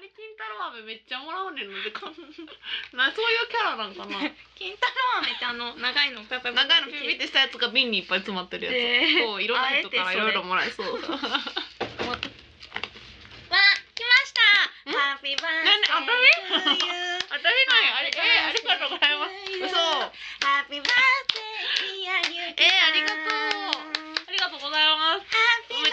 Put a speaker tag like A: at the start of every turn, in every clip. A: に金太郎飴めっちゃもらうねんのでかんなそういうキャラなんかな
B: 金太郎飴ってあの長いの長
A: 長いのピピってしたやつが瓶にいっぱい詰まってる やつ
B: で
A: そういろんな人からいろいろもらえ そう
B: わ来ました
A: ん
B: ハッピーバ
A: 何
B: ースデートゥーユー
A: 当たり前あれえありがとうございます嘘あ
B: ハッピーバースデーディアユキ
A: えありがと
B: う
A: りがとうございます
B: ハッピーバースデ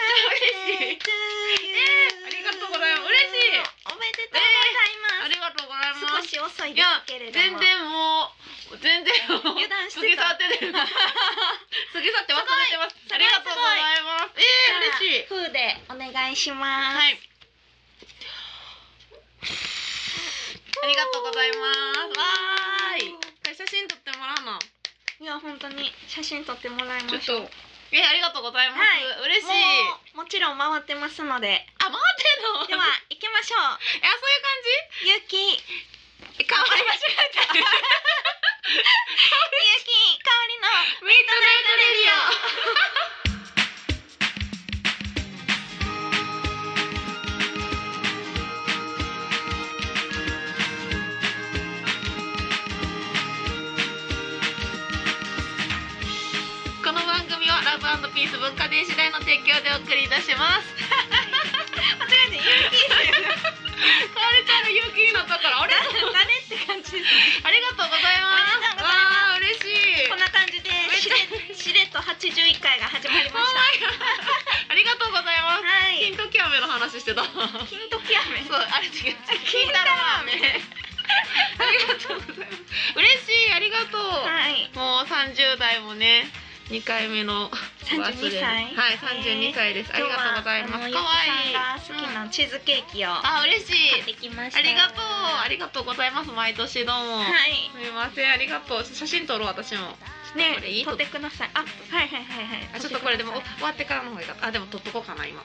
B: ートゥーユー
A: えーありがとうございます嬉しい
B: おめでとうご
A: あ
B: ざいます、
A: りがとうございま
B: 少
A: す
B: し遅い
A: い
B: で
A: や
B: すけれど
A: 全
B: も
A: 然もう全然もう
B: 油断してた
A: 過ぎ去ってる 過ぎ去って忘れてます
B: すご
A: あ
B: い
A: りがとうございますえー、嬉しい
B: じゃあフーでお願いします、
A: はい。ありがとうございます。わーい。これ写真撮ってもらうの。
B: いや本当に写真撮ってもらいましょう
A: ちょっと。え、ありがとうございます。
B: はい
A: 嬉しい。
B: もうもちろん回ってますので
A: あ、回ってんの。
B: で は行きましょ
A: いや、そういう感
B: うゆきゆき
A: じ。かわい間違えた。
B: 香りの
A: ミッドナイトレディオ。この番組はラブピース文化電子代の提供でお送りいたします。
B: 間違えてゆきっていう
A: かおりちゃんの勇気になった から、あれ、あり
B: 誰って感じですね
A: がとうございます。
B: おめでとうございます
A: わあ、嬉しい。
B: こんな感じでしれしれっと81回が始まりました
A: ありがとうございます。
B: はい
A: 金時飴の話してた。そう、
B: 金時飴
A: あれ違う。
B: 金太郎飴
A: ありがとうございます。嬉しい、ありがとう。
B: はい
A: もう三十代もね、二回目の
B: 32
A: バースデー
B: 歳
A: はい、三十二歳です。ありがとうございます。
B: 今日
A: 可
B: は
A: 愛いい。
B: あのゆきさんが好き
A: うん
B: なチーズケーキを買
A: あ、嬉しい
B: っ。てきました
A: ありがとう、あ
B: り
A: りがとうございます。毎年どうも。
B: はい
A: すみません、ありがとう。写真撮ろう、私も。これい
B: ね
A: い
B: 撮ってくださいあはいはいはいはい
A: あ、ちょっとこれでも
B: 撮
A: お
B: ってく
A: 終わってか
B: ださい
A: らの方がいいか。あ、でも撮っとこうかな、今。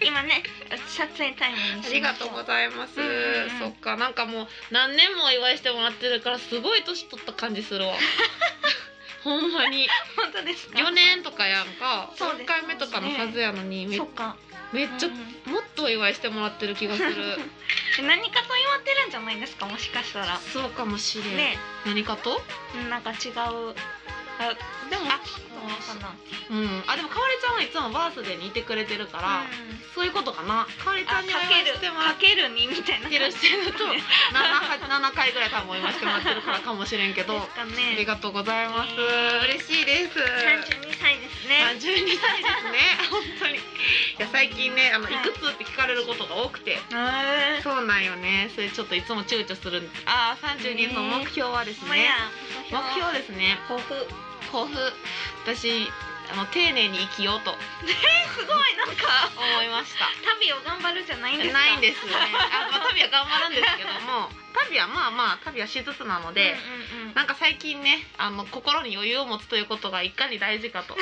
B: 今ね撮影タイムに
A: あ
B: し
A: り
B: ま
A: が
B: し
A: と
B: ょ
A: うございます。
B: うんうんうん
A: そっか、なんかもう何年もお祝いしてもらってるから、すごい年取った感じ するわ。ほんまに
B: 本当ですか
A: 4年とかやんか、
B: そうです
A: 3回目とかのはずやのに、め
B: そっか
A: めっちゃ
B: うんうん
A: もっとお祝いしてもらってる気がする。
B: 何かと言わってるんじゃないですかもしかしたら
A: そうかもしれん。
B: ね
A: 何かと？
B: なんか違うあでも
A: あ
B: そうかな
A: うん。あでもかおりちゃんはいつもバースデーにいてくれてるから、
B: うん
A: そういうことかな。かおりちゃ
B: あか
A: んにお祝い
B: ける
A: してもら
B: か
A: って。
B: けるにみたいな
A: かけるしてると
B: ね
A: 7 7回ぐらい多分お祝いしてもらってるからかもしれんけど
B: ですか
A: あり
B: ね
A: がとうございます。嬉しいです。
B: 三十二歳ですね
A: 三十二歳ですね。 本当に。いや最近ね、あの、
B: はい
A: い、くつって聞かれることが多くて。
B: あー
A: そうなんよね。それちょっといつも躊躇するんです。ああ、三十二の目標はです
B: ほんまや
A: ね。目標ですね。
B: 抱負
A: 抱負。私あの丁寧に生きようと
B: すごいなんか
A: 思いました。
B: 旅を頑張るじゃないんですか
A: ないんですね。あ、まあ、旅は頑張るんですけど も、旅はまあまあ旅はしつつなので。
B: うんうんうん
A: なんか最近ねあの心に余裕を持つということがいかに大事か と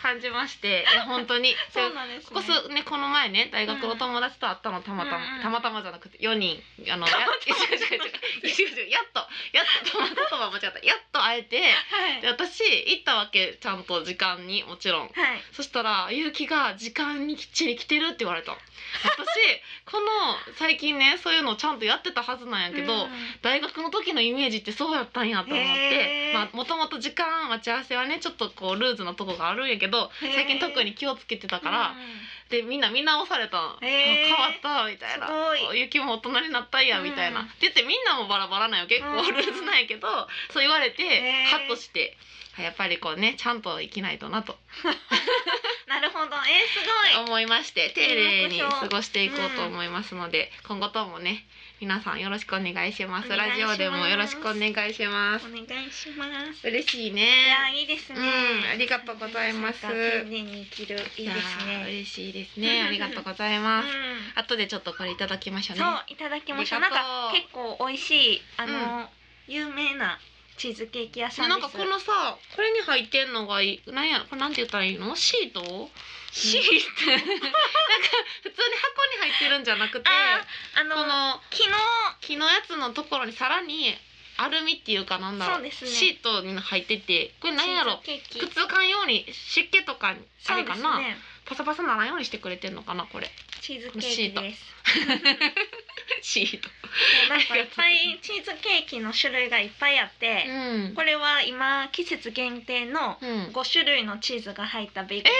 A: 感じましていや本当に
B: そうなんですね
A: ここすねこの前ね大学の友達と会ったのたまたま、
B: うんうん
A: たまたまじゃなくて4人あ のや違う違う違う違う違うやっとやっとたま言葉間違ったやっと会えて
B: はい
A: で私行ったわけちゃんと時間にもちろん
B: はい
A: そしたら「結城が時間にきっちり来てる」って言われた私 この最近ねそういうのをちゃんとやってたはずなんやけど、
B: うん
A: 大学の時のイメージってそうやったんやと思っ
B: へ
A: て
B: ー
A: まあもともと時間待ち合わせはねちょっとこうルーズなとこがあるんやけど
B: へー
A: 最近特に気をつけてたか
B: う
A: ら
B: んうん
A: でみんな見直されたのあ
B: へー
A: 変わったみたいな
B: すごい
A: お雪も大人になったんやみたいな、
B: うん
A: って言ってみんなもバラバラなんよ結構
B: うん
A: ルーズなんやけどそう言われて
B: へー
A: ハッとしてあやっぱりこうねちゃんと生きないとなと
B: なるほどえー、すごい
A: 思いまして丁寧に
B: 連絡しよ
A: 過
B: う
A: ごしていこうと思いますので、今後ともね皆さんよろしくお願いします
B: お願い
A: ラ
B: し
A: ジ
B: ます
A: オでもよろしくお願いします
B: お願いします
A: 嬉しい
B: いや
A: ね。
B: いいですね、
A: うんありがとうございます
B: なんか丁寧に生きるいいです
A: やー
B: ね
A: 嬉しいですね。ありがとうござい
B: うん
A: ます。後でちょっとこれいただきましょうね。
B: そういただきました
A: あ
B: な
A: り
B: ん
A: がとう
B: か結構美味しいあの、有名なチーズケーキ屋さんで
A: な
B: す
A: んかこのさ、これに入ってんのがいい、なんや、これなんて言ったらいいの？シート？
B: シー
A: ト。なんか普通に箱に入ってるんじゃなくて、
B: ああの
A: この
B: 昨日
A: 木のやつのところにさらにアルミっていうかなんだろ
B: そうですね
A: シートに入ってて、これなんやろ？
B: チーズケー
A: く
B: キ
A: っつかんように湿気とかにあれか
B: そう
A: な、
B: ですね
A: パサパサならんようにしてくれてんのかなこれ
B: チーズケーキです
A: シート。
B: なん かいっぱいチーズケーキの種類がいっぱいあって、
A: ん
B: これは今季節限定の
A: うん。
B: 5種類のチーズが入ったベーコン
A: え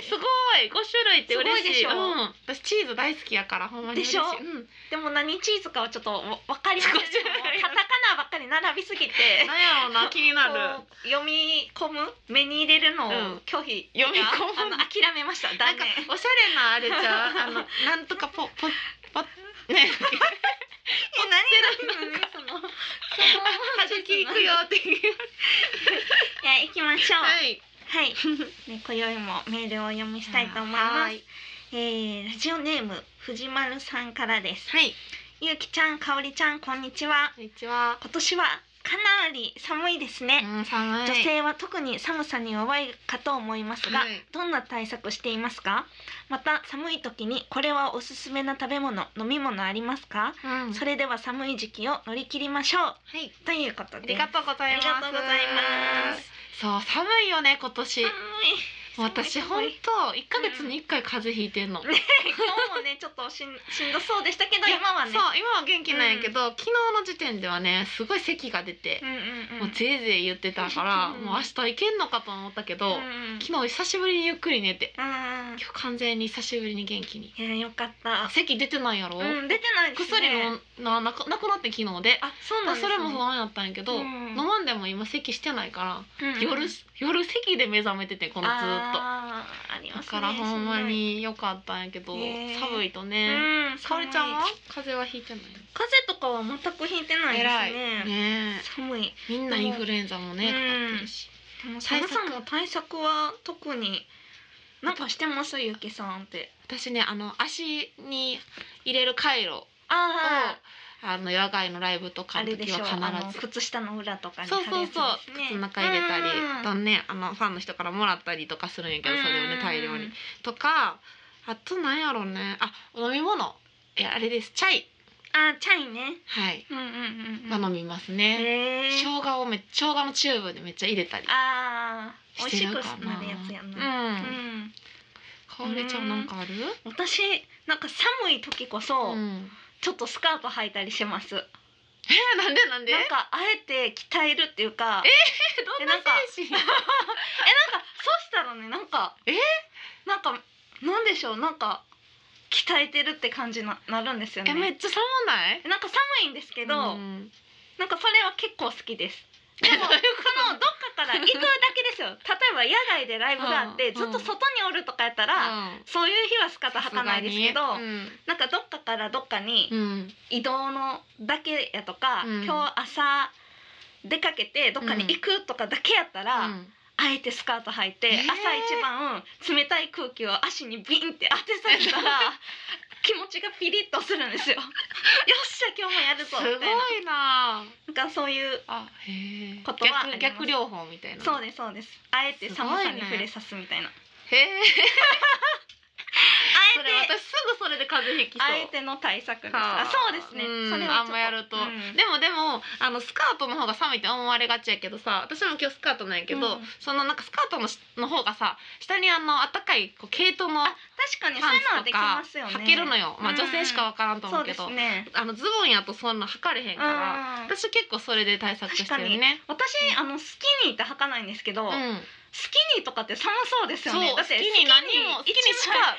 B: チー
A: す
B: ズケーキ
A: ごい五種類って嬉しい
B: すごいでしょ
A: うん、私チーズ大好きやからほんまに嬉しい
B: でしょ
A: うん、
B: でも何チーズかはちょっとわ分か りません
A: 5種類
B: カタカナばっかり並び すぎて
A: なんやろうな気になる
B: こう読み込む目に入れるのを
A: うん
B: 拒否、
A: 読み込む
B: あの諦めました
A: な
B: 断
A: んか
B: 念
A: おしゃれなあれじゃう あのなんとかポポポね
B: え何何その その
A: は じきいくよっていう
B: いや行きましょうはい、
A: い
B: ね、今宵もメールを読みしたいと思いま
A: は
B: す
A: い
B: えー、ラジオネーム藤丸さんからです
A: はい
B: ゆうきちゃんかおりちゃんこんにちは
A: こんにちは
B: 今年はかなり寒いですね、
A: うん寒い
B: 女性は特に寒さに弱いかと思いますが、
A: はい
B: どんな対策していますかまた寒い時にこれはおすすめな食べ物飲み物ありますか、
A: うん
B: それでは寒い時期を乗り切りましょう
A: はい
B: ということ
A: あ
B: で
A: りがとうございます
B: ありがとうございます
A: そう寒いよね今年
B: 寒い
A: 私
B: 寒
A: 本
B: い寒い
A: 当一ヶ月に一回風邪ひいてんの、
B: 今日もねちょっとしんしんどそうでしたけど今はね
A: そう今は元気なんやけど、昨日の時点ではねすごい咳が出て
B: う、んうんう
A: も
B: ん
A: うぜいぜい言ってたから、
B: うん
A: もう明日行けんのかと思ったけど、
B: うんうん
A: 昨日久しぶりにゆっくり寝て
B: うんうん
A: 今日完全に久しぶりに元気に
B: いやよかった
A: 咳出てないやろ、
B: うん出てないですね
A: 薬もななくなくなって昨日で
B: あそうなんです
A: そ
B: ね
A: れも不安やったんやけど、
B: うん
A: 飲まんでも今咳してないか
B: うんう
A: ら、
B: ん
A: 夜夜咳で目覚めててこのずーっと
B: あーありま
A: だ
B: すね
A: からほんまに良かったんやけど、
B: ねえ
A: 寒いと
B: しんど
A: ね、
B: いうん
A: かおりちゃんは
B: 寒い
A: 風邪はひいてない
B: 風邪とかは全くひいてないですね
A: ね
B: 寒い
A: えみんなインフルエンザもね
B: うん
A: かかってるし、
B: でも
A: 対
B: 寒
A: 策
B: さも対策は特になんかしてますゆきさんって
A: 私ねあの足に入れる回路を
B: あ
A: あの野外のライブと
B: あ
A: か
B: あ
A: の
B: れで
A: 時
B: しょう
A: は
B: あの
A: 必ず。
B: 靴下の裏とかに貼
A: そ
B: る
A: う
B: やつ
A: そうそう
B: ですね
A: 靴の中入れたり
B: うん
A: とねあのファンの人からもらったりとかするんやけどそれをね大量にとかあとなんやろうねあお飲み物えあれですチャイ
B: あチャイね
A: はい
B: うんうんうん
A: まあ飲みますね
B: へえ
A: 生姜をめ生姜のチューブでめっちゃ入れたり
B: あー美
A: し
B: 味して
A: る
B: くな
A: かな
B: るやつや
A: うん
B: なう
A: か
B: ん
A: おりちゃんなんかある
B: 私なんか寒い時こそ、
A: うん
B: ちょっとスカート履いたりします
A: えなんでなんで
B: なんかあえて鍛えるっていうか
A: え
B: どんな
A: 精神
B: えなんかそうしたらねなんか
A: え
B: なんかなんでしょうなんか鍛えてるって感じななるんですよね
A: えめっ
B: な
A: ちゃ寒ない
B: んか寒いんですけど、
A: うん
B: なんかそれは結構好きですでも
A: ど
B: そうの
A: い
B: どっかから行くだけですよ例えば野外でライブがあって、
A: うん
B: ずっと外におるとかやったら、
A: う
B: そういう日はスカート
A: ん
B: 履かないですけど、
A: さすがに
B: なんかどっかからどっかに
A: うんうん
B: 移動のだけやとか、
A: うん
B: 今日朝出かけてどっかに行くとかだけやったら、
A: うん
B: あえてスカート履いて、
A: えー
B: 朝一番冷たい空気を足にビンって当てされた ら気持ちがピリッとするんですよ。よっしゃ今日もやる
A: す
B: ぞ
A: ご
B: みたいない
A: な
B: なんかそういう
A: あへえ
B: ことはあります
A: 逆逆療法みたいな
B: そうですそうですあえて寒さに触れさすみたいな。
A: へえ
B: あ
A: それ
B: えて
A: 私すぐそれで風邪ひきそう
B: あえての対策です。
A: は
B: あ
A: あ
B: そうですね。
A: うん
B: それは
A: あんまやると、
B: うん
A: でもでもあのスカートの方が寒いって思われがちやけどさ私も今日スカートなんやけど、
B: うん
A: そのなんかスカートのしの方がさ下にあのあったかいこう毛糸の
B: あ確かにそ
A: パ
B: ういうのは
A: ンツ
B: で
A: と
B: きま
A: か
B: すよね。
A: 履けるのよ、まあ、
B: うん
A: 女性しかわからんと思
B: そうう
A: け
B: で
A: ど、
B: すね。
A: あのズボンやとそんな履かれへんから、
B: うん
A: 私結構それで対策してるね。
B: 私あのスキニーって履かないんですけど、
A: うん、
B: スキニーとかって寒そうですよ
A: そう、
B: ね。だ
A: 好
B: っ
A: き
B: て
A: に何も好きにし
B: 一枚
A: か、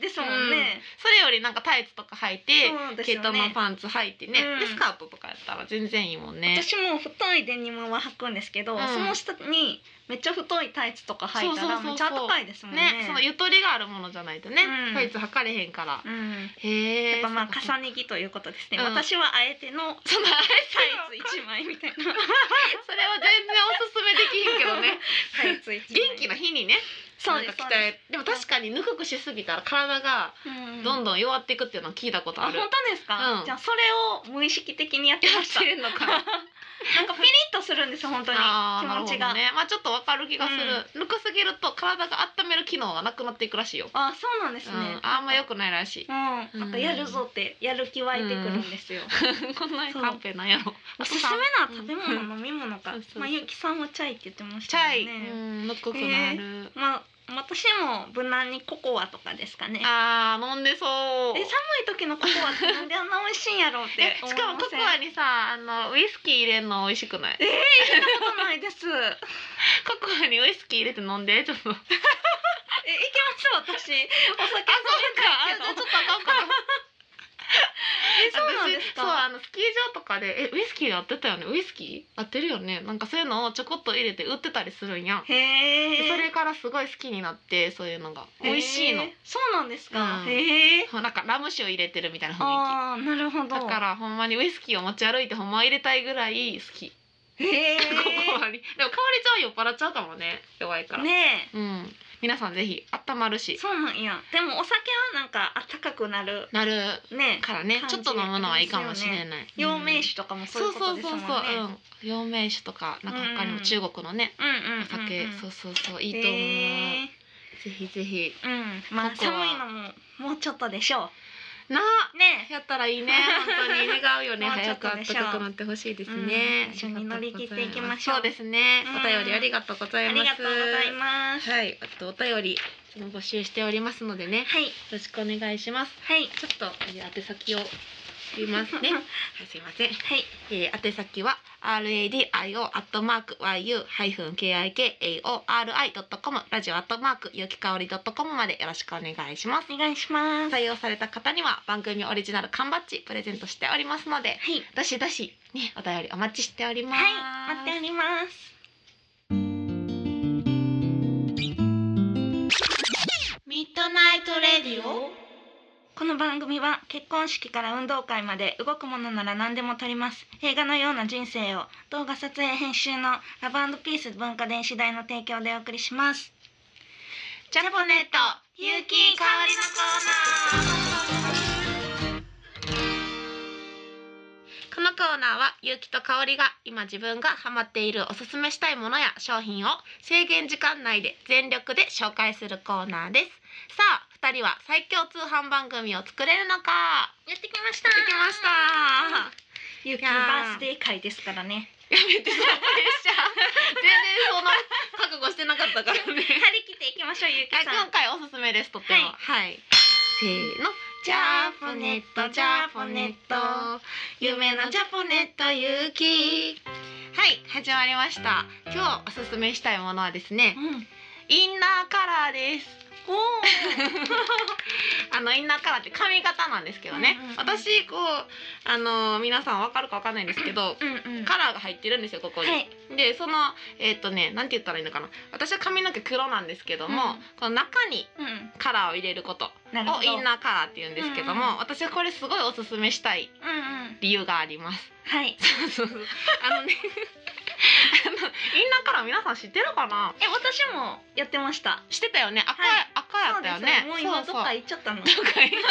B: ですもんね。
A: それよりなんかタイツとか履いて、
B: そうです
A: 毛
B: よね
A: 糸のパンツ履いてね、
B: うん
A: でスカートとかやったら全然いいもんね。
B: 私も太いデニムは履くんですけど、
A: うん
B: その下にめっちゃ太いタイツとか履いた
A: そうそうそう
B: ら
A: そう
B: めっちゃ暖かいですもんね。
A: ね、そのゆとりがあるものじゃないとね、
B: うん
A: こいつ測れへんから。
B: うん。
A: へえ。
B: やっぱまあ
A: そうか
B: 重ね着ということですね。
A: うん
B: 私はあえてのタイ
A: そうかそのあれ
B: ツ一枚みたいな。
A: それは全然おすすめできへんけど ね。
B: タイツ一枚。
A: 元気な日にね、
B: そうで
A: なん
B: す
A: か
B: そう
A: 鍛
B: で
A: え、でも確かにぬくくしすぎたら体が
B: す。うん
A: どんどん弱っていくっていうのは聞いたこと
B: あ
A: あ
B: 本
A: る。
B: 当ですか、
A: うん
B: じゃあそれを無意識的にやって
A: や
B: ました
A: ってるの かな。
B: なんかピリッとするんですよ本当に
A: あーなるほ
B: 気
A: ど
B: 持ちが、
A: ね。まあちょっとわかる気がする。ぬくすぎると体が温める機能がなくなっていくらしいよ。
B: あそうなんです
A: う
B: ね、
A: ん、あんま良くないらしい。
B: うん、なんかやるぞってやる気湧いてくるんですよ、
A: こんなにカンペなんやろ。
B: おすすめな食べ物飲み物か
A: うんそうそうそう
B: まあゆきさんはチャイって言ってまし
A: チ
B: たも
A: ャ
B: ん
A: イ、
B: ね
A: うん、ぬくくなる。
B: まあ私も無難にココアとかですかね
A: あー飲んでそう
B: え寒い時のココアってなんであんな美味しいんやろうって
A: え
B: 思
A: し
B: い
A: かも
B: ま
A: コ
B: せ
A: コ
B: ん
A: アにさあのウイスキー入れんの美味しくない
B: えー、入れたことないです。 え、い
A: ココアにウイスキー入れて飲んでちょっとあそうか
B: けます私。お酒
A: あじゃあちょっとあかんかな
B: え、そうなんです
A: 私そう
B: か。
A: あのスキー場とかでえウイスキー合ってたよねウイスキー合ってるよねなんかそういうのをちょこっと入れて売ってたりするんやん、
B: へえ
A: でそれからすごい好きになってそういうのが美味しいの、
B: そうなんですか。
A: うん
B: へえ。
A: そうなんかラム酒を入れてるみたいな雰囲
B: ああ、なるほど。
A: 気だからほんまにウイスキーを持ち歩いてほんまは入れたいぐらい好き、
B: へえ。
A: ココアにでもかわりちゃん酔っ払っちゃうかもね弱いから、
B: ね
A: うん皆さんぜひあったまる
B: え。
A: し
B: そうなんや。でもお酒はなんかあったかくなる。
A: なる
B: ね
A: からね
B: 感
A: ち
B: じ
A: ょっと飲むのはいいかもしれない、
B: え。陽明酒とかも
A: そ
B: そういううこ
A: そ
B: と
A: う
B: で
A: そ
B: す
A: うそ
B: も
A: うん
B: ね。
A: うん、陽明酒とかなんか他にも中国のね、
B: うんうんうんうん。
A: お酒、そうそうそういいと思う、
B: へえ
A: ぜひぜひ
B: うん。まあ
A: ココア
B: 寒いのももうちょっとでしょ
A: な
B: う。ねえ。
A: やったら いいね本当に願うよね
B: もうちょ
A: 早
B: っ
A: く
B: と
A: 暖
B: でしょう
A: かくなってほしいですね、
B: うん一緒に乗り切っていきましょう
A: そうですね、
B: うん
A: お便りありがとうござい
B: あ
A: ま
B: り
A: す
B: がとうございます。
A: はいあとお便りいつも募集しておりますのでねよ
B: はい。
A: ろしくお願いします
B: はい。
A: ちょっとえー宛先を言います ねはいすいません
B: はい。
A: えー、宛先は radio アットマーク yu ハイフン kikaori ドットコムラジオアットマークゆきかおりドットコムまでよろしくお願いします。
B: お願いします。は
A: 採用された方には番組オリジナル缶バッジプレゼントしておりますので、
B: い。
A: どしどしねお便りお待ちしております。
B: はい。待っております。
A: ミッドナイトレディオ。
B: この番組は結婚式から運動会まで動くものなら何でも撮ります映画のような人生を動画撮影編集のラブピース文化電子代の提供でお送りします
A: ジャポネット
B: ゆきかおりのコーナー
A: このコーナーはゆうきとかおりが今自分がハマっているおすすめしたいものや商品を制限時間内で全力で紹介するコーナーですさあ二人は最強通販番組を作れるのか
B: やってきました
A: できました
B: ゆき
A: いやー
B: バースデー会ですからね
A: やめてそのプレッシャー全然その覚悟してなかったから ね
B: 張り切っていきましょうゆき
A: はい
B: さ
A: 今
B: ん
A: 回おすすめですとってもはい、せーのジャポネットジャポネット夢のジャポネットゆうきはい始まりました今日おすすめしたいものはですね
B: うん、おー
A: インナーカラーですあのインナーカラーって髪型なんですけどね、
B: うんうんうん
A: 私こうあのー皆さんわかるかわかんないんですけど
B: うんうん
A: カラーが入ってるんですよここに、
B: はい
A: でそのえっ、とねなんて言ったらいいのかな私は髪の毛黒なんですけども、
B: うん
A: この中に
B: うん
A: カラーを入れること
B: なるほ
A: を
B: ど
A: インナーカラーって言うんですけども、
B: うんうん
A: 私はこれすごいおすすめしたい
B: うんうん
A: 理由があります。
B: はい
A: そうそうあのね あのインナーカラー皆さん知ってるかな
B: え私もやってました
A: してたよね赤,、
B: はい
A: 赤やったよね
B: そうですもう今どっか
A: そう
B: 行っちゃったの
A: そうどっか行っちゃう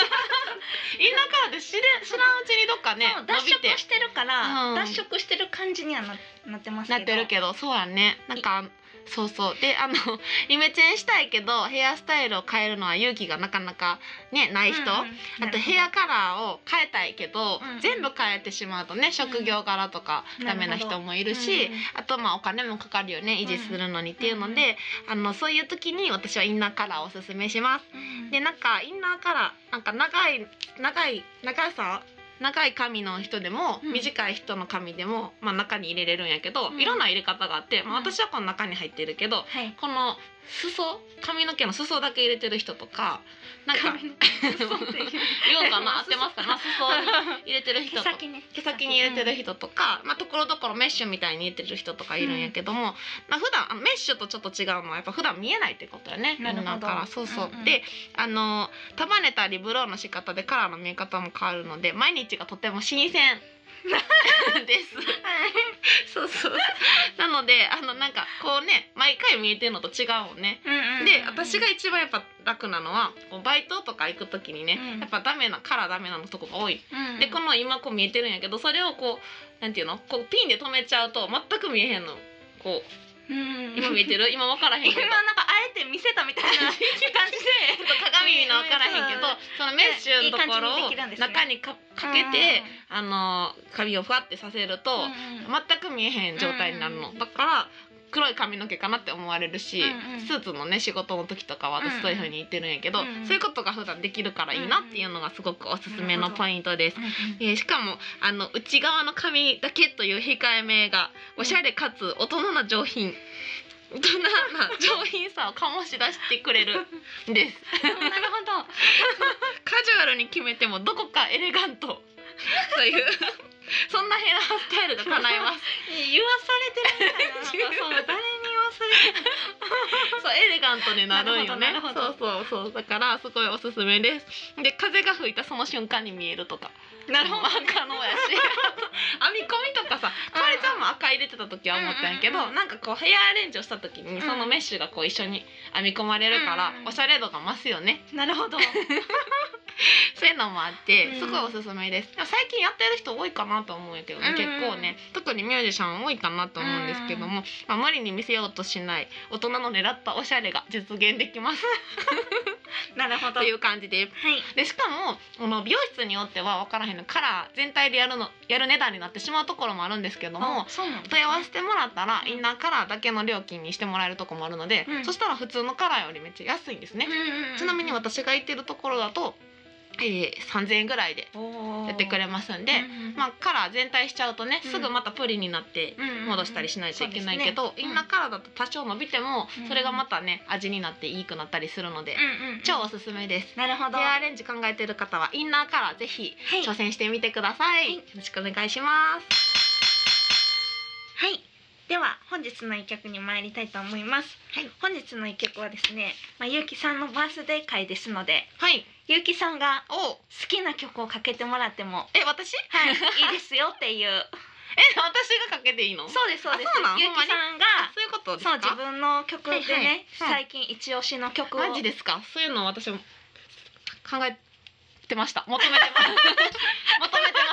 A: インナーカラーって知れ知らんうちにどっかね
B: そう脱
A: 伸び
B: 色
A: て
B: してるから、
A: うん
B: 脱色してる感じにはななってますけ
A: な
B: ど
A: ってるけどそうやねなんかそうそうであの イメチェンしたいけどヘアスタイルを変えるのは勇気がなかなかねない人、
B: うんうん
A: あとヘアカラーを変えたいけど、
B: うん
A: 全部変えてしまうとね職業柄とか
B: うん
A: ダメな人もいるし、
B: うんうん
A: あとまあお金もかかるよね維持するのにっていうので、あのそういう時に私はインナーカラーをおすすめします。
B: うん
A: でなんかインナーカラーなんか長い長い長さ長い髪の人でも、
B: うん
A: 短い人の髪でも、まあ、中に入れれるんやけど、
B: うん
A: いろんな入れ方があって、まあ、
B: うん
A: 私はこの中に入ってるけど、
B: はい
A: この裾髪の毛の裾だけ入れてる人とかなんか
B: 髪の毛の裾っていう
A: 言うかな合ってますかな裾入れてる人
B: 毛
A: とか
B: 先ね
A: 毛先に入れてる人とか、まあところどころメッシュみたいに入れてる人とかいるんやけども、まあ普段あメッシュとちょっと違うのはやっぱ普段見えないってことよね。
B: なるほど
A: みんからそうそう。
B: うんうん
A: で、あの束ねたりブローの仕方でカラーの見え方も変わるので毎日がとても新鮮 です。そうそう。なのであのなんかこうね毎回見えてるのと違うもんね。
B: うんうんうんうん
A: で私が一番やっぱ楽なのはこうバイトとか行く時にね、
B: うん
A: やっぱダメなカラーダメなのとこが多い
B: うんうん
A: でこの今こう見えてるんやけどそれをこうなんていうのこうピンで止めちゃうと全く見えへんのこう
B: うん
A: 今見えてる今分からへんけど
B: 今なんかあえて見せたみたいな感じ
A: ちょっと鏡見な分からへんけど
B: うん
A: そのメッシュのところ
B: いい感じに
A: を
B: できるんですね
A: 中にかかけてあの髪をふわってさせると
B: でうんうん
A: 全く見えへん状態になるのだから黒い髪の毛かなって思われるし、
B: うんうん
A: スーツのね仕事の時とかは
B: うんう
A: 私
B: ん
A: そういう風に言ってるんやけど、
B: うんうん
A: そういうことが普段できるからいいなっていうのがすごくおすすめのポイントです。
B: う
A: えーしかもあの内側の髪だけという控えめがおしゃれかつ大人な上品大人な上品さを醸し出してくれるんです
B: んなるほど。
A: カジュアルに決めてもどこかエレガントというそんなヘアスタイルが叶います
B: 言わされてるみたいな。なんかそう誰に言わされてる。
A: そうエレガントになるんよね
B: なるほどな
A: そ
B: る
A: うそうそうだからすごいおすすめですで風が吹いたその瞬間に見えるとかなるほど赤のやし あと編み込みとかさ
B: うん
A: かおりちゃんも赤入れてた時は思ったんやけど、
B: うんうんうん
A: なんかこうヘアアレンジをした時にそのメッシュがこう一緒に編み込まれるから
B: うんうん
A: おしゃれ度が増すよね
B: なるほ ど。
A: そういうのもあって
B: うん
A: すごいおすすめです、でも最近やってる人多いかなと思うんやけどね、
B: うん
A: 結構ね特にミュージシャン多いかなと思うんですけども、まあ、無理に見せようとしない大人の狙ったおしゃれが実現できます
B: なるほど。
A: と
B: はい
A: い。う感じですでしかもこの美容室によっては分からへんのカラー全体でやるのやる値段になってしまうところもあるんですけども
B: あそうなんだ
A: 問い合わせてもらったら
B: うん
A: インナーカラーだけの料金にしてもらえるとこもあるので、
B: うん
A: そしたら普通のカラーよりめっちゃ安いんですね、ちなみに私が行ってるところだと、えー、3,000円ぐらいでやってくれますんで、ま
B: あ
A: あ、カラー全体しちゃうとね
B: うん
A: すぐまたプリになって戻したりしないといけないけど、インナーカラーだと多少伸びても
B: うん
A: それがまたね味になっていいくなったりするので、超おすすめです。
B: なるほど。
A: ヘアアレンジ考えてる方はインナーカラーぜひ
B: はい
A: 挑戦してみてください、
B: い
A: よろしくお願いします
B: はい。では本日の一曲に参りたいと思います。
A: はい
B: 本日の一曲はですね、まあゆうきさんのバースデー会ですので、
A: はい
B: ゆうきさんが
A: お
B: 好きな曲をかけてもらっても、
A: え私
B: はい、いいですよってい
A: え
B: う。
A: 私がかけていいの
B: そうですそうです。
A: あそうなん
B: ゆうきさんが
A: あそういうことです
B: そう
A: か
B: 自分の曲でね、
A: はいはい
B: 最近一押しの曲を
A: マジですかそういうの私も考えてました求めてま 求めてま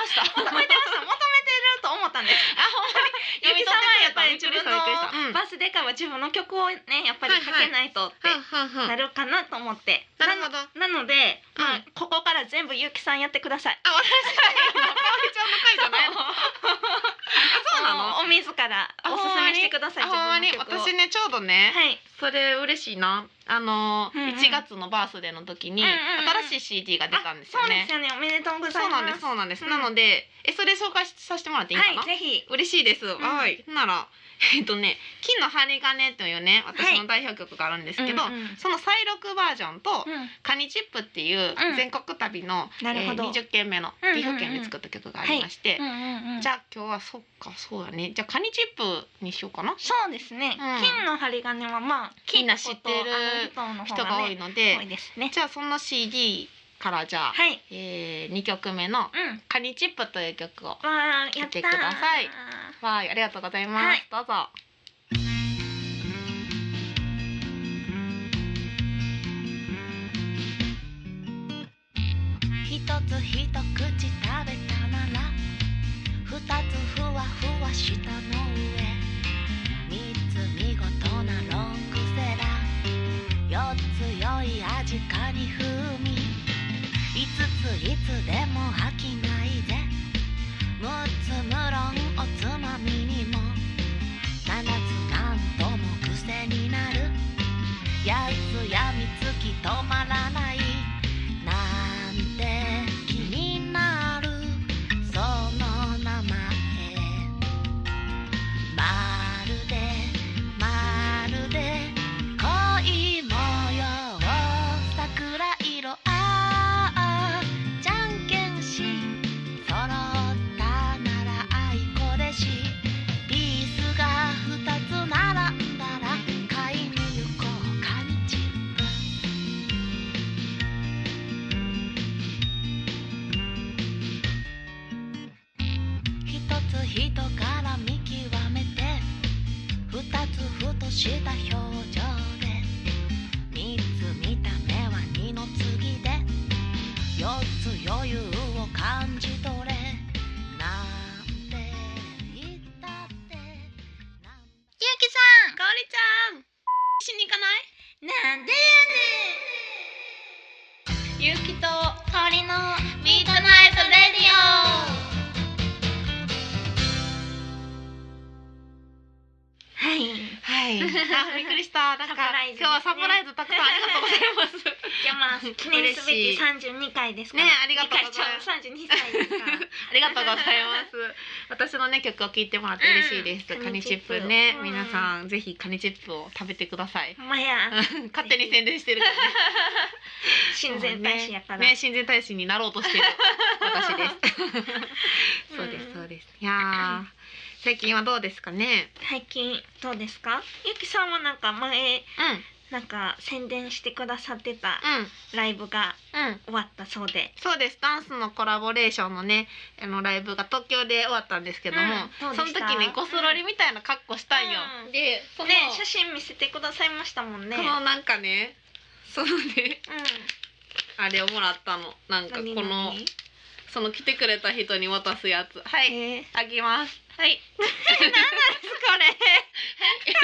A: した
B: 求めてました求めてると思ったんです
A: あほんまに
B: ゆうきさんはやっぱり自分の
A: うん
B: バースデー会は自分の曲をねやっぱりかけないとって
A: はんは
B: なんるかなと思って、
A: なるほど
B: なのなので、
A: う
B: まあここから全部ゆうきさんやってください
A: あ私が今かおりちゃんの回じゃない のそうなの
B: お水からおすすめしてください
A: あほんまに
B: 自分の曲を
A: 私ねちょうどね、
B: はい
A: それ嬉しいなあの、
B: うんうん
A: 1月のバースデーの時に
B: うんうんうん
A: 新しい CD が出たんです
B: そ
A: よ
B: うで
A: ね
B: す、よねおめでとうございます
A: そうなんですそうなんです、
B: うん
A: なのでえそれ紹介させてもらっていいかな、
B: はいぜひ
A: 嬉しいです、はいならえっとね「金の針金」というね私
B: は
A: の代表曲があるんですけど、
B: うんうん
A: その再録バージョンと
B: うん
A: 「カニチップ」っていう
B: うん
A: 全国旅の、
B: なる
A: え
B: ほ
A: ー、
B: ど
A: 20件目の
B: うんうんうん
A: 岐阜県で作った曲がありまして、
B: うんうんうん
A: じゃあ今日はそっかそうだねじゃあカニチップにしようかな
B: そうですね、
A: うん
B: 金の針金はまあ
A: み
B: 金
A: んな
B: のこ
A: 知
B: と
A: ってる
B: あの人
A: 人
B: の方
A: が
B: が
A: 多い
B: ね
A: ので、
B: 多いですね
A: じゃあその CD からじゃあ、
B: はい
A: えー、2曲目の
B: うん
A: 「カニチップ」という曲をわ
B: わーや
A: 聴
B: っ
A: い
B: た
A: て
B: ー
A: くださいーいありがとうございます、
B: はい
A: どうぞ
C: 一つ一口食べたなら二つふわふわしたの上三つ見事なロングセラー四つ良い味かに風味五ついつでも飽きないぜ六つ無論おつまみにも七つなんとも癖になる八つやみつき止まらないなんて気になるその名前まるでまるで恋模様桜色ああじゃんけんし揃ったならあいこでしピースが二つ並んだら買いに行こうかにち一つ人から見極めて二つふとした表情で三つ見た目は二の次で四つ余裕を感じ取れなんて言ったってなん
B: ゆうきさんかおりちゃん
A: しに行かない
B: なんで
A: ゆうきと
B: かおりの
C: ミートナイトレディ
B: はい
A: あびっくりしたなんか
B: サプライズですね
A: 今日はサプライズたくさんありがとうございます
B: いやまあ記念すべ
A: 嬉しい
B: き三十二回ですから。
A: ねありがとうございます
B: 三十二歳で すから。
A: ありがとうございます。 私のね曲を聴いてもらって嬉しいです。
B: うん
A: カニチップね、
B: うん
A: 皆さんぜひカニチップを食べてください。
B: ほんまや
A: 勝手に宣伝してるからね。
B: 親善大使やから。
A: ね、親善大使になろうとしてる私です。そうです
B: うん
A: そうです。いや ー、最近はどうですかね。
B: 最近どうですか？ゆきさんはなんか前
A: う
B: なんか宣伝してくださってた
A: ん
B: ライブが
A: うんうん。
B: 終わったそうで。
A: そうですダンスのコラボレーションのねあのライブが東京で終わったんですけども、
B: うん
A: そ
B: ど
A: うの
B: でし
A: 時
B: た
A: ねゴスロリみたいな格好したんよ、
B: うん
A: でその,、
B: ね写真見せてくださいましたもんね。
A: このなんかねそのね
B: う
A: あれをもらったのなんかこ
B: ん。
A: のその来てくれた人に渡すやつは
B: え
A: い
B: ー、
A: あげますはい
B: これ。えー、これどうし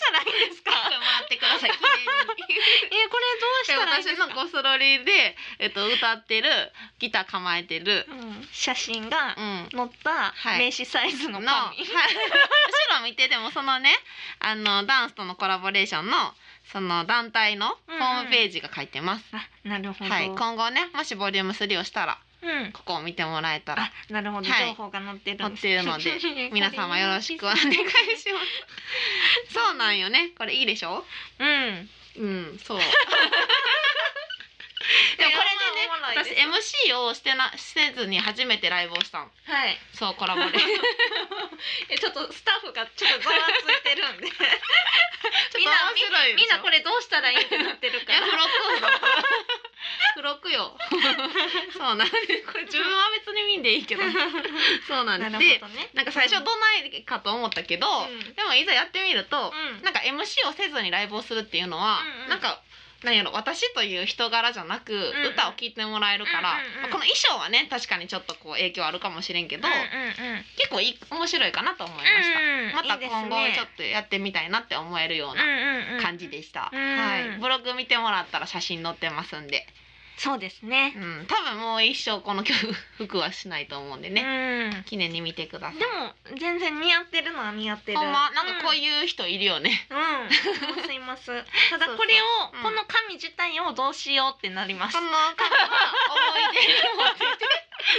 B: たらいいんですか。
A: これもらってくださ い記念に
B: えー、これどうし
A: で
B: たらいいんで
A: 私
B: すか
A: の。ゴスロリで、えっと、歌ってるギター構えてる
B: うん、写真が
A: うん
B: 載った
A: はい
B: 名刺サイズの
A: の
B: 紙、
A: はい後ろ見てでもそのねあのダンスとのコラボレーションのその団体のホームページが書いてます、
B: あなるほど、
A: は
B: う
A: い
B: ん
A: 今後ねもしボリューム3をしたらここを見てもらえたら
B: あなるほど、
A: はい
B: 情報が載ってる
A: 載
B: ん
A: っ
B: です
A: てるので皆様よろしくお願いしますそうなんよねこれいいでしょ
B: うんえ
A: うんそう でも
B: これでね
A: これで
B: 私
A: ね私 MC をしてなせずに初めてライブをしたの
B: はい
A: そうコラ ボレーション
B: えちょっとスタッフがちょっとざわつい てるんで
A: みんな面白いでしょ
B: みんなこれどうしたらいいってなってる
A: い
B: か
A: や
B: ら
A: 付録付録 付録よそうなんでこれ自分は別に見んでいいけど そうなんですで
B: ね
A: なんか最初どないかと思ったけど、
B: うん
A: でもいざやってみると、
B: うん
A: なんか MC をせずにライブをするっていうのは、
B: うんうん
A: なんかなんやろ私という人柄じゃなく、
B: んうん
A: 歌を聴いてもらえるから、
B: うんうんうん
A: まあこの衣装はね確かにちょっとこう影響あるかもしれんけど、
B: うんうんうん
A: 結構いい面白いかなと思いました、
B: うん
A: また今後ちょっ
B: と
A: とやってみたいなって思えるような感じでした、
B: うん
A: はいブログ見てもらったら写真載ってますんで、
B: そうですね
A: うん、多分もう一生この曲 服はしないと思うんでね、
B: ね
A: 記念に見てください
B: うんでも全然似合ってるのは似合ってる
A: ほんまなんかこう
B: う
A: いう人いるよね、
B: うん、い ますいますただ
A: そうそう
B: これを、
A: うん
B: この紙自体をどうしようってなります
A: その方は思い出に持って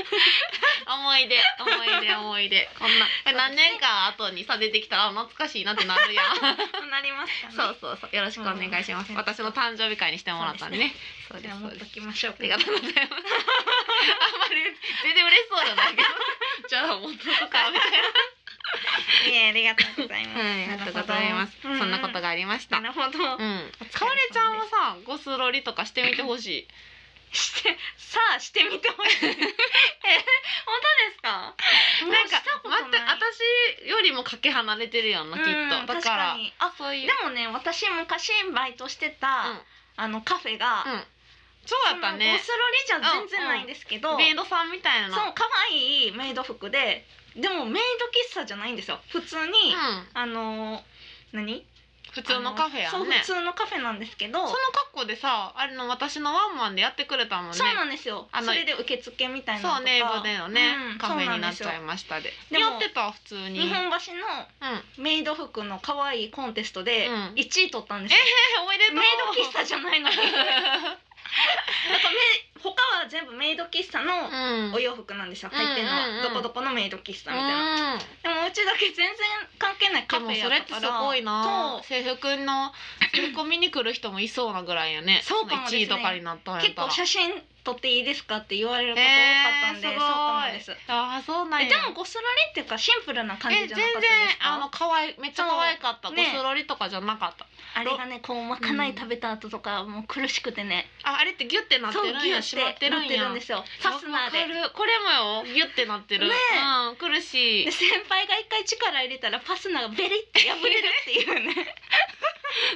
A: て思い出思い出思い出こんな
B: そうですね
A: 何年か後にさ出てきたらあ懐かしいなってなるやん
B: なりますかね
A: そうそうそうよろしくお願いします、
B: うん
A: 私の誕生日会にしてもらったんでねそう
B: じ
A: で
B: ゃあ
A: す
B: 持
A: そう
B: っ
A: です
B: ときましょう
A: ありがとうございます。あんまり全然嬉しそうじゃないけど、じゃあもうずっとかみたい
B: いえありがとうございます、
A: な。はい、ありがとうございます。そんなこと
B: が
A: がありました。
B: な
A: うん。か
B: るほど、
A: おれちゃんもさ、ゴスロリとかしてみてほしい。
B: してさあしてみてほ しいえ本当ですか
A: なんか
B: もうした、こと
A: また
B: ない
A: 私よりもかけ離れてるやんな、きっ
B: うん
A: と。だ
B: 確
A: か。
B: からにあ
A: そうい
B: で
A: う。
B: もね私昔バイトして
A: うん
B: た、。あのカフェが、
A: うん。そうやった
B: そのゴ
A: ね
B: ス。ロリじゃ全然ないんですけど、
A: メイドさんみたいな。
B: そう可愛いメイド服ででもメイド喫茶じゃないんですよ普通に、
A: うん。
B: あのー何
A: 普通のカフェや
B: あの
A: ん
B: そう
A: ね。
B: 普
A: そ
B: 通のカフェなんですけど
A: の格好でさ、あれの私のワンマンでやってくれたもんね。
B: そうなんですよ。
A: あの
B: それで受付みたいなの
A: そうね、ボデのね、
B: うん
A: カフェになっち
B: そう
A: ゃ
B: ないんで
A: ましたで。
B: で
A: や
B: も
A: ってた普通
B: す
A: に。
B: よ日
A: うん。
B: 本橋の
A: え
B: メイド服の可愛いコンテストで
A: うん
B: 1位取ったんですよ。
A: ー、おめでとう。
B: メイド喫茶じゃないのに。なんかめ他は全部メイド喫茶の
A: うん。
B: お洋服なんですよ。入ってるの
A: うんうんうん
B: はどこどこのメイド喫茶みたいな。
A: うん
B: でもうちだけ全然関係ない
A: で
B: カフ
A: も
B: ェや
A: そ
B: っ
A: れって
B: たから。
A: すごいな
B: そ
A: 制服の制服見に来る人もいそうなぐらいやね
B: そうかもですね
A: 1位とかになったん
B: う
A: や
B: 結
A: ったら
B: 構写真撮っていいですかって言われること多かったんで、
A: えーすごい
B: そうなんです。
A: あーそうなん
B: え
A: や
B: でもゴスロリっていうかシンプルな感
A: え
B: じ
A: 全
B: じゃ
A: 然
B: なかったですか
A: あの可愛いめっちゃ可愛かった
B: そ
A: ゴ
B: うね
A: スロリとかじゃなかった
B: あれがねこうまかない食べた後とか、もう苦しくてね
A: ああれってギュってなってるんや
B: し
A: 締まってるんや
B: んですよファスナー
A: わか
B: で。
A: るこれもよギュってなってる
B: ね
A: うん苦しい
B: で先輩が一回力入れたらファスナーがベリって破れるっていうね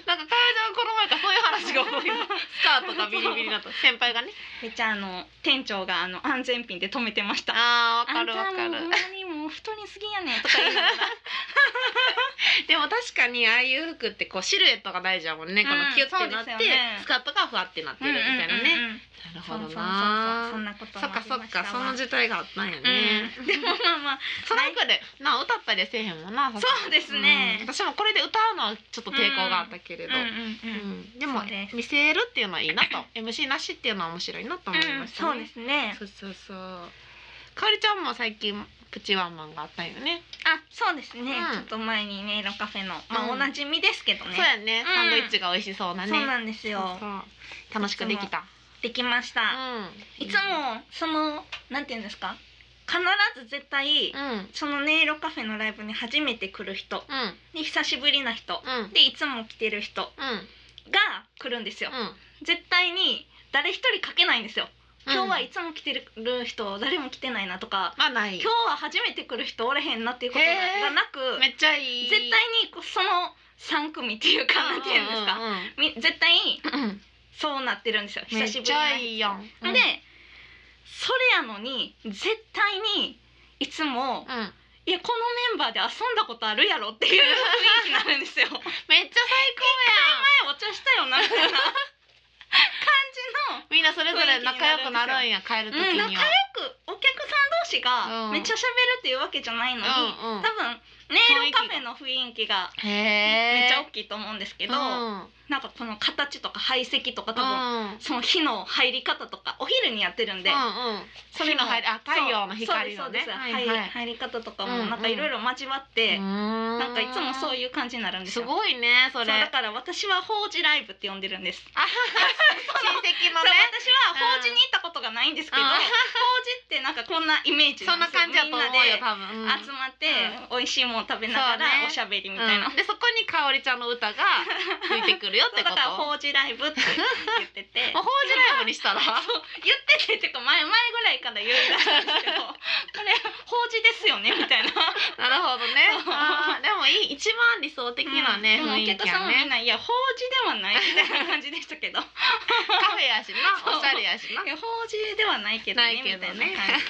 A: なんかかよちゃんこの前からそういう話が多いのスカートがビリビリだった先輩がね
B: めっちゃあの店長があの安全ピンで止めてました
A: あーわ
B: あ
A: か
B: ん
A: る
B: た
A: わか
B: もうほん
A: る
B: まにもう太りすぎやねんとか言いながら
A: でも確かにああいう服ってこうシルエットが大事だもんね、
B: うん
A: このキュッてなって、
B: そうですよね
A: スカートがふわってなってるみたいなね、
B: うんうんうん
A: なる
B: そ
A: ほ
B: うそう
A: ど
B: そうそう
A: な
B: そんなこと
A: そっかそっかその
B: 時
A: 時代があったんやね、
B: うん、でもまあまあ
A: その服でな歌ったりせえへんもんな
B: そうですね
A: うん私もこれで歌うのはちょっと抵抗があったけれど、
B: うんうんうん
A: うんでも
B: そうです
A: 見せるっていうのはいいなと MC なしっていうのは面白いなと思いましたね、
B: そうですね
A: そうそうそうかおりちゃんも最近プチワンマンがあったんよね
B: あそうですね、
A: うん
B: ちょっと前にねロカフェのまあ、
A: うん
B: おなじみですけどね
A: そうやね、
B: うん
A: サンドイッチが美味しそうなね
B: そうなんですよ
A: そうそう楽しくできた
B: できました、
A: うん
B: いつもそのなんていうんですか必ず絶対、
A: うんうん
B: そのネイロカフェのライブに初めて来る人で久しぶりな人
A: うんうん
B: でいつも来てる人が来るんですよ、絶対に誰一人かけないんですよ今日はいつも来てる人誰も来てないなとか、
A: まあない
B: 今日は初めて来る人おれへんなっていうこと
A: へー
B: がなく
A: めっちゃいい
B: 絶対にこうその3組っていうかなんていうんですか
A: う
B: み絶対
A: んうんうん
B: そうなってるんですよ
A: め
B: 久
A: っ
B: しぶ
A: ち
B: り
A: ゃ
B: ない
A: いやんうん
B: でそれやのに絶対にいつ
A: う
B: も
A: ん
B: いやこのメンバーで遊んだことあるやろっていう雰囲気になるん ですよ前
A: めっちゃ最
B: お茶したよなみたい な感
A: 高やんみんなそれぞれ仲良くなるんや帰る時
B: じの、うん、仲良
A: には
B: くお客さん同士
A: う
B: が
A: ん
B: めっちゃ喋るっていうわけじゃないのに、
A: うんうん
B: 多分ネイルカフェの雰囲気が
A: へえ
B: めっちゃ大
A: きい
B: きいと思うんですけ
A: け
B: ど、なんかこの形とか排斥とか多分、
A: 分
B: その火の入り方とかお昼にやってるんで、
A: うんうんそれの入りあ太陽の光
B: そ
A: の
B: うで
A: ね
B: すそうです
A: は
B: はいい
A: はい
B: 入り方とか
A: うんう
B: も
A: ん
B: なんかいろいろ交わって、
A: な
B: なんかいつもそう
A: い
B: いう感じになるんです
A: す
B: よ
A: ごいねそ
B: そう
A: れ
B: だから私は法事ライブって呼んでるん です、
A: あはは親戚の
B: そう
A: ね
B: 私は法事に行ったことがないんですけど、
A: うん
B: 法事ってなんかこんなイメージ
A: そんな感じだと思うよ
B: みんなで
A: 多分うん
B: 集まって、美味しいもの食べなが
A: そうね
B: らおしゃべりみたいな、
A: うんでそこにかおりちゃんの歌 がついてくるよって
B: そう
A: こ
B: だ
A: と
B: から法事ライブって言ってて
A: もう法事ライブにしたら
B: そう 言っててっていうか前前ぐらいから言うらしいんです けどこれ法事ですよねみたいな
A: なるほどね
B: そう
A: あーでもいい一番理想的なね、
B: うん
A: 雰囲
B: でもお
A: 気
B: 客さ
A: や
B: んもみん
A: ね
B: な「いや法事ではない」みたいな感じでし たけど「い
A: カフェやしな
B: そう
A: おしゃれやしな
B: や法事ではないけど
A: な
B: ね」
A: いけ
B: み
A: どね
B: たいな感じ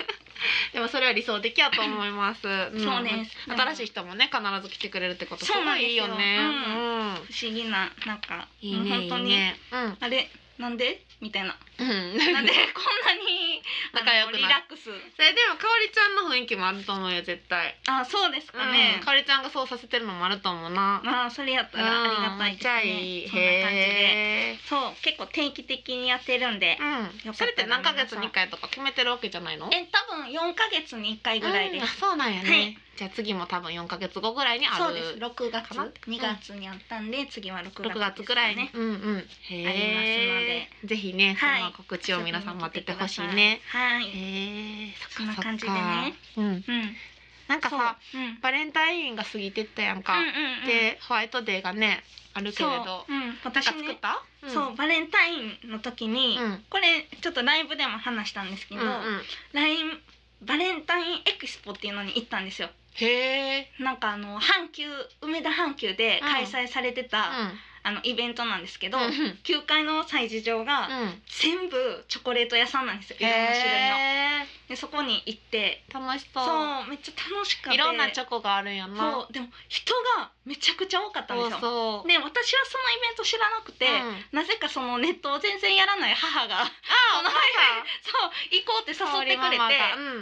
A: でもそれは理想的やと思います、ん
B: そうです
A: 新しい人もね必ず来てくれるってことす
B: そう
A: ご
B: なん
A: い
B: で
A: い
B: す
A: い
B: よ
A: よね
B: う
A: うん
B: 不思議ななんか
A: いいね
B: もう
A: い
B: 本当
A: い
B: に
A: ねうん
B: あれなんで?」みた いな
A: うん
B: なんでこんな にあの
A: 仲良くなる
B: リラックス
A: それでもかおりちゃんの雰囲気もあると思うよ絶対、
B: あそうですかね
A: うん、、かおりちゃんがそうさせてるのもあると思うな
B: まあそれやったらありがたいですね、
A: うんめっちゃいい
B: そんな感じで
A: へ
B: そう結構定期的にやってるんで、
A: ーう
B: よかったら
A: んそれって何ヶ月
B: 皆さん
A: に一回とか決めてるわけじゃないの
B: え多分4ヶ月に1回ぐらいで
A: う
B: す、
A: んあそうなんやね、
B: はい
A: じゃあ次も多分4ヶ月後ぐらいにある
B: そうです。六月
A: かな
B: 二月にあったんで、次は六月、
A: 6月くらいに、。うんうん
B: あり
A: へえぜひねそ
B: はい
A: の告知を皆さん待っててほしいね、。
B: はい。
A: へえそ
B: そ
A: っか
B: んな
A: そっか
B: 感じでね
A: うん
B: うん。
A: なんかさ
B: そう、うん。
A: バレンタインが過ぎてったやんか、
B: うんうんうん、
A: でホワイトデーがねあるけ
B: そう
A: れど、
B: うん、
A: なん
B: 私
A: か作っ
B: ね、
A: た、ん
B: そうバレンタインの時に、
A: うん
B: これちょっとライブでも話したんですけ
A: うん
B: ど、
A: うん、
B: ラインバレンタインエキスポっていうのに行ったんですよ。
A: へえ、
B: なんかあの阪急梅田阪急で開催されてた、
A: う
B: あのイベントなんですけど、
A: ん、うん
B: 九階の催事場が、
A: うん、
B: 全部チョコレート屋さんなんですよいろんな種類の。
A: へえ
B: でそこに行って
A: 楽しそ
B: そううめっちゃ楽しかった
A: いろんなチョコがあるんやな
B: そうでも人がめちゃくちゃ多かったんですよ
A: そう
B: で私はそのイベント知らなくて、
A: うん
B: なぜかそのネットを全然やらない母が
A: あ
B: そのそう行こうって誘ってくれ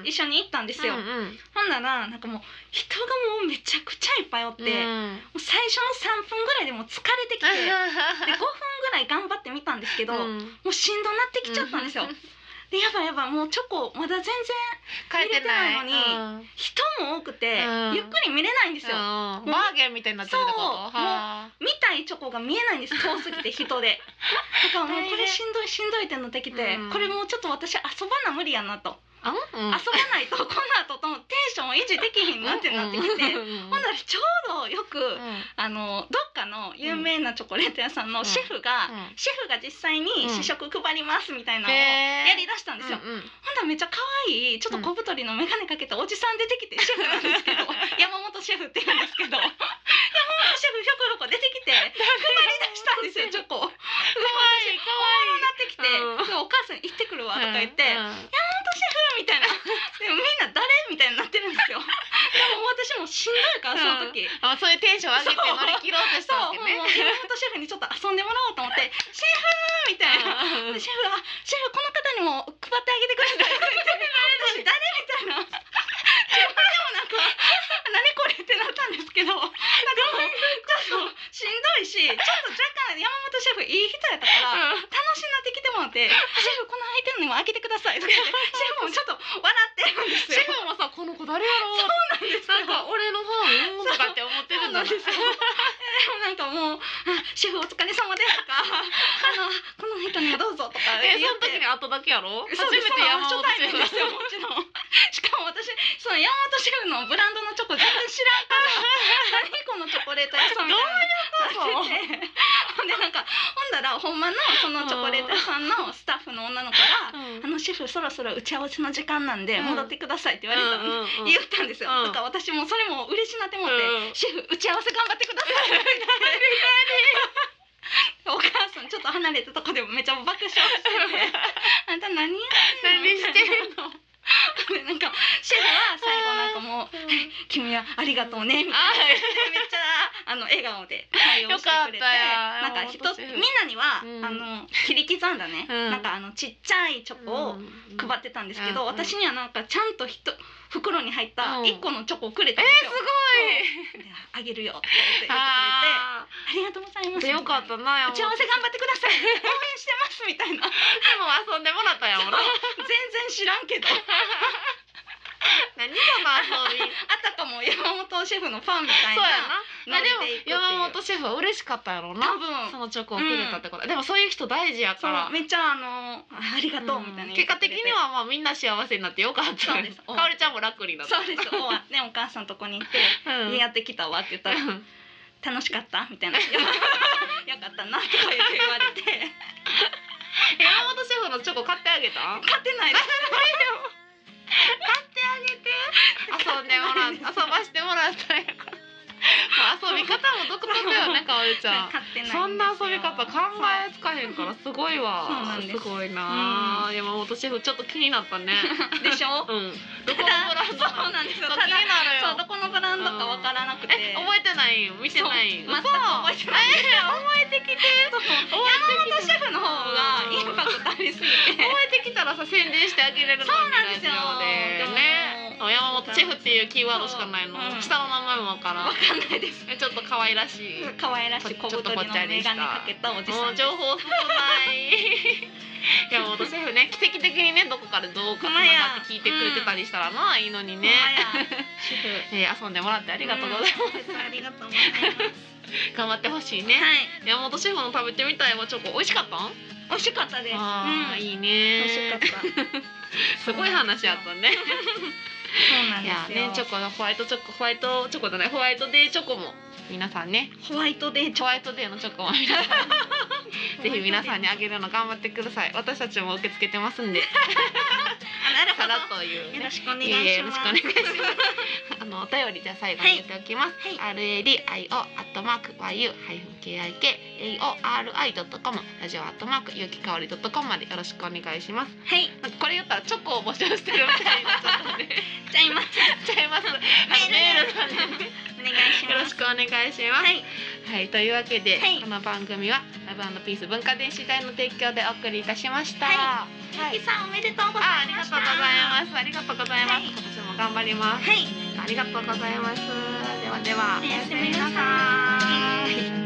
B: て一緒に行ったんですよ、
A: うんうん
B: ほんならなんかもう人がもうめちゃくちゃいっぱいおって、
A: う
B: も
A: ん
B: う最初の3分ぐらいでもう疲れてきてで5分ぐらい頑張ってみたんですけど、
A: うん
B: もうしんどなってきちゃったんですよ、
A: うん
B: でやばいやばいもうチョコまだ全然
A: 書いてない
B: 見れてない
A: のに、
B: 人も多くて、
A: うん
B: ゆっくり見れないんですよ、
A: うんバーゲンみたいになってるってこと
B: そう
A: はあ
B: 見たいチョコが見えない んです遠すぎて人でだからもうこれしんどいしんどいってなってきて、
A: うん
B: これもうちょっと私遊ばな無理やなと、
A: あうん
B: 遊ばないとこの 後ともテンションを維持できひんなってなってきて、
A: うん
B: ほんならちょうどよく、
A: うんうん
B: あのどっかの有名なチョコレート屋さんのシェフが、
A: うん
B: シェフが実際に試食配りますみたいなのを
A: へー
B: やりだしたんですよ、
A: うんうん
B: ほんだらめっちゃ可愛いちょっと小太りの眼鏡かけたおじさん出てきてシェフなんですけど山本シェフって言うんですけど山本シェフひょこひょこ出てきて配り出したんですよチョコ。
A: かわいいかわ
B: なってきて、
A: うん
B: でお母さんに行ってくるわとか
A: いい
B: 言って、
A: うんうん
B: みたいなでみんな誰みたいになってるんですよ。でも私もしんどいからその時。
A: あそういうテンション上げて
B: そう
A: 乗り切ろうとし
B: そ
A: たわ
B: う、
A: け
B: もう
A: ね
B: もうリモートシェフにちょっと遊んでもらおうと思 って「シェフ!」みたいな。
A: うん
B: でシェフは「シェフこの方にも配ってあげてください」って言って「私誰?」みたいな。シェフでもなんか「何これ?」ってなったんですけどなんかもうちょっとしんどいしちょっと若干山本シェフいい人やったから。楽しんなってきてもらって「シェフこの空いてるのにも開けてください」とか言ってシェフもちょっと笑ってるんです
A: シ
B: よ。
A: ェフもさこの子誰やろ
B: なんです
A: なんか俺のファンとかって思ってる
B: そう
A: じゃな
B: んなん
A: い
B: ですよ。でもなんかもうあ「シェフお疲れ様です」とか「あのこの人にもどうぞ」とか
A: え
B: 言
A: その
B: っ
A: 時
B: て
A: に。会っただけやろ初
B: そう
A: め
B: です
A: て山
B: そう
A: 本
B: 初対
A: シェ
B: 面ですよ
A: フ
B: もちろんしかも私その山本シェフのブランドのチョコ全然知らんから何このチョコレート屋さんみた
A: どう
B: いななっててほんでなんかほんだらほんまのそのチョコレート屋さんのスタッフの女の子が「あのシェフそろそろ打ち合わせの時間なんで
A: うん
B: 戻ってください」って言われたんですよ
A: うんうんうん
B: 言ったんですよ、
A: うん
B: だから私もそれも嬉しいなって思って、
A: うん
B: シェフ打ち合わせ頑張ってくださいって言ってお母さんちょっと離れたとこでもめっちゃ爆笑して てあんた何やねん
A: 何してんの
B: でなんかシェフは最後なんかもう「君はありがとうね」みたいな
A: あ
B: めっちゃあの笑顔で対応してくれて
A: よかったや
B: なんか
A: 山
B: ひ
A: 本
B: と
A: シ
B: み
A: ェ
B: ん
A: フ
B: なには、
A: うん
B: あの切り刻んだね、
A: うん
B: なんかあのちっちゃいチョコを配ってたんですけど、
A: うんうん
B: 私にはなんかちゃんとひと袋に入った
A: うん
B: 1個のチョコをくれ
A: え
B: たん
A: ー
B: です
A: す
B: よ。であげるよって言ってくれて
A: ごい
B: あ
A: あ
B: りがとうございま
A: ー
B: す
A: よかったな
B: 打
A: 山本
B: ち合わせ頑張ってください応援してますみたい
A: で
B: な
A: も遊んでもらったんやもんな
B: 全然知らんけど
A: 何その遊び
B: あたかも山本シェフのファンみたい
A: そうや
B: な
A: なまあでも
B: 伸びていくっていう
A: 山本シェフは嬉しかったやろう
B: 多
A: な
B: 分
A: そのチョコをくれたってこと、でもそういう人大事や
B: そ
A: から
B: うめっちゃあのありがとうみたいな、
A: うん結果的にはまあみんな幸せになってよかった
B: そうです
A: かおりちゃんも楽になった
B: そうですおわねお母さんとこに行って
A: う
B: 「
A: ん
B: 家やってきたわ」って言ったら
A: う
B: 「
A: ん
B: 楽しかった?」みたいな「よかったな」とか言って言われて
A: 山本シェフのチョコ買ってあげた
B: 勝てないです
A: 遊んでもらっ遊ばしてもらったんやからもう遊び方も独特よねかおりちゃん
B: 勝てないですよ
A: そんな遊び方考えつかへんからすごいわ
B: そうなんです
A: ごいなあ、山本シェフちょっと気になったね
B: そうでしょ
A: うんどこのブランド
B: ただそう
A: なの
B: なんですよ
A: そう
B: た
A: 気にな
B: だ
A: るよ
B: そうどこのブランドかわからなくて
A: え覚えてないよ見てない
B: そう全く覚えてない
A: 嘘えー覚えてきて
B: そう
A: 覚
B: 山
A: え
B: 本
A: てき
B: シェフの方がインパクトありすぎ て
A: 覚えてきたらさ宣伝してあげれるのに
B: そうなんですよ
A: ラジオでね
B: でも
A: 山本シェフっていうキーワードしかないの、
B: そううん
A: 下の名前もわからん
B: わかんないです
A: えちょっと可愛らしい
B: 可愛らしい小太りの眼鏡かけたおじ
A: も
B: さん
A: う
B: です
A: 情報少ない 山本シェフね奇跡的にねどこかで動画つな
B: ほんまや
A: がって聞いてくれてたりしたらな、いいのにね、
B: ほんまやシェフ
A: えー遊んでもらってありがとうございます、
B: ます、ありがとうございます
A: 頑張ってほしいね、
B: はい
A: 山本シェフの食べてみたいわチョコ美味しかったん
B: 美味しかったです
A: あー、
B: うん、
A: いい
B: 美
A: ね
B: 味しかった
A: すごい話やったね
B: そうなん
A: い
B: で
A: や
B: すよ
A: ねチョコのホワイトチョコホワイトチョコじゃないホワイトデーチョコも皆さんね
B: ホワイトデーチ
A: ホワイトデーのチョコも皆さんぜひ皆さんにあげるの頑張ってください 私たちも受け付けてますんで
B: あなる
A: さ
B: ほ
A: ら
B: ど
A: っという、
B: よ
A: ね
B: ろしくお願い
A: いえいえ
B: し
A: よろ
B: ま
A: し
B: す
A: くお願いします。 あのお便りじゃあ最後に言っておきます。RADIO アットマーク YU ハイフン KIK AORI ドットコムラジオアットマークゆきかおりドットコムまでよろしくお願いします。
B: はい
A: なんかこれ言ったらチョコを募集してるみたいになっちゃったんで ち
B: じゃあ今
A: ゃいます。あのメールなんで
B: お願いし
A: よろ
B: ま
A: し
B: す
A: くお願いします。
B: はい
A: はい、というわけで、
B: はい
A: この番組はラブピース文化電子台の提供でお送りいたしました。
B: は
A: はい
B: ゆきさんおめでとうござ
A: あ、あ
B: い
A: り
B: ま
A: が
B: し
A: と
B: た
A: うございます。ありがとうございます。
B: はい
A: 今年も頑張ります。
B: はい
A: ありがとうございます。ではでは、
B: おやすみなさ
A: い。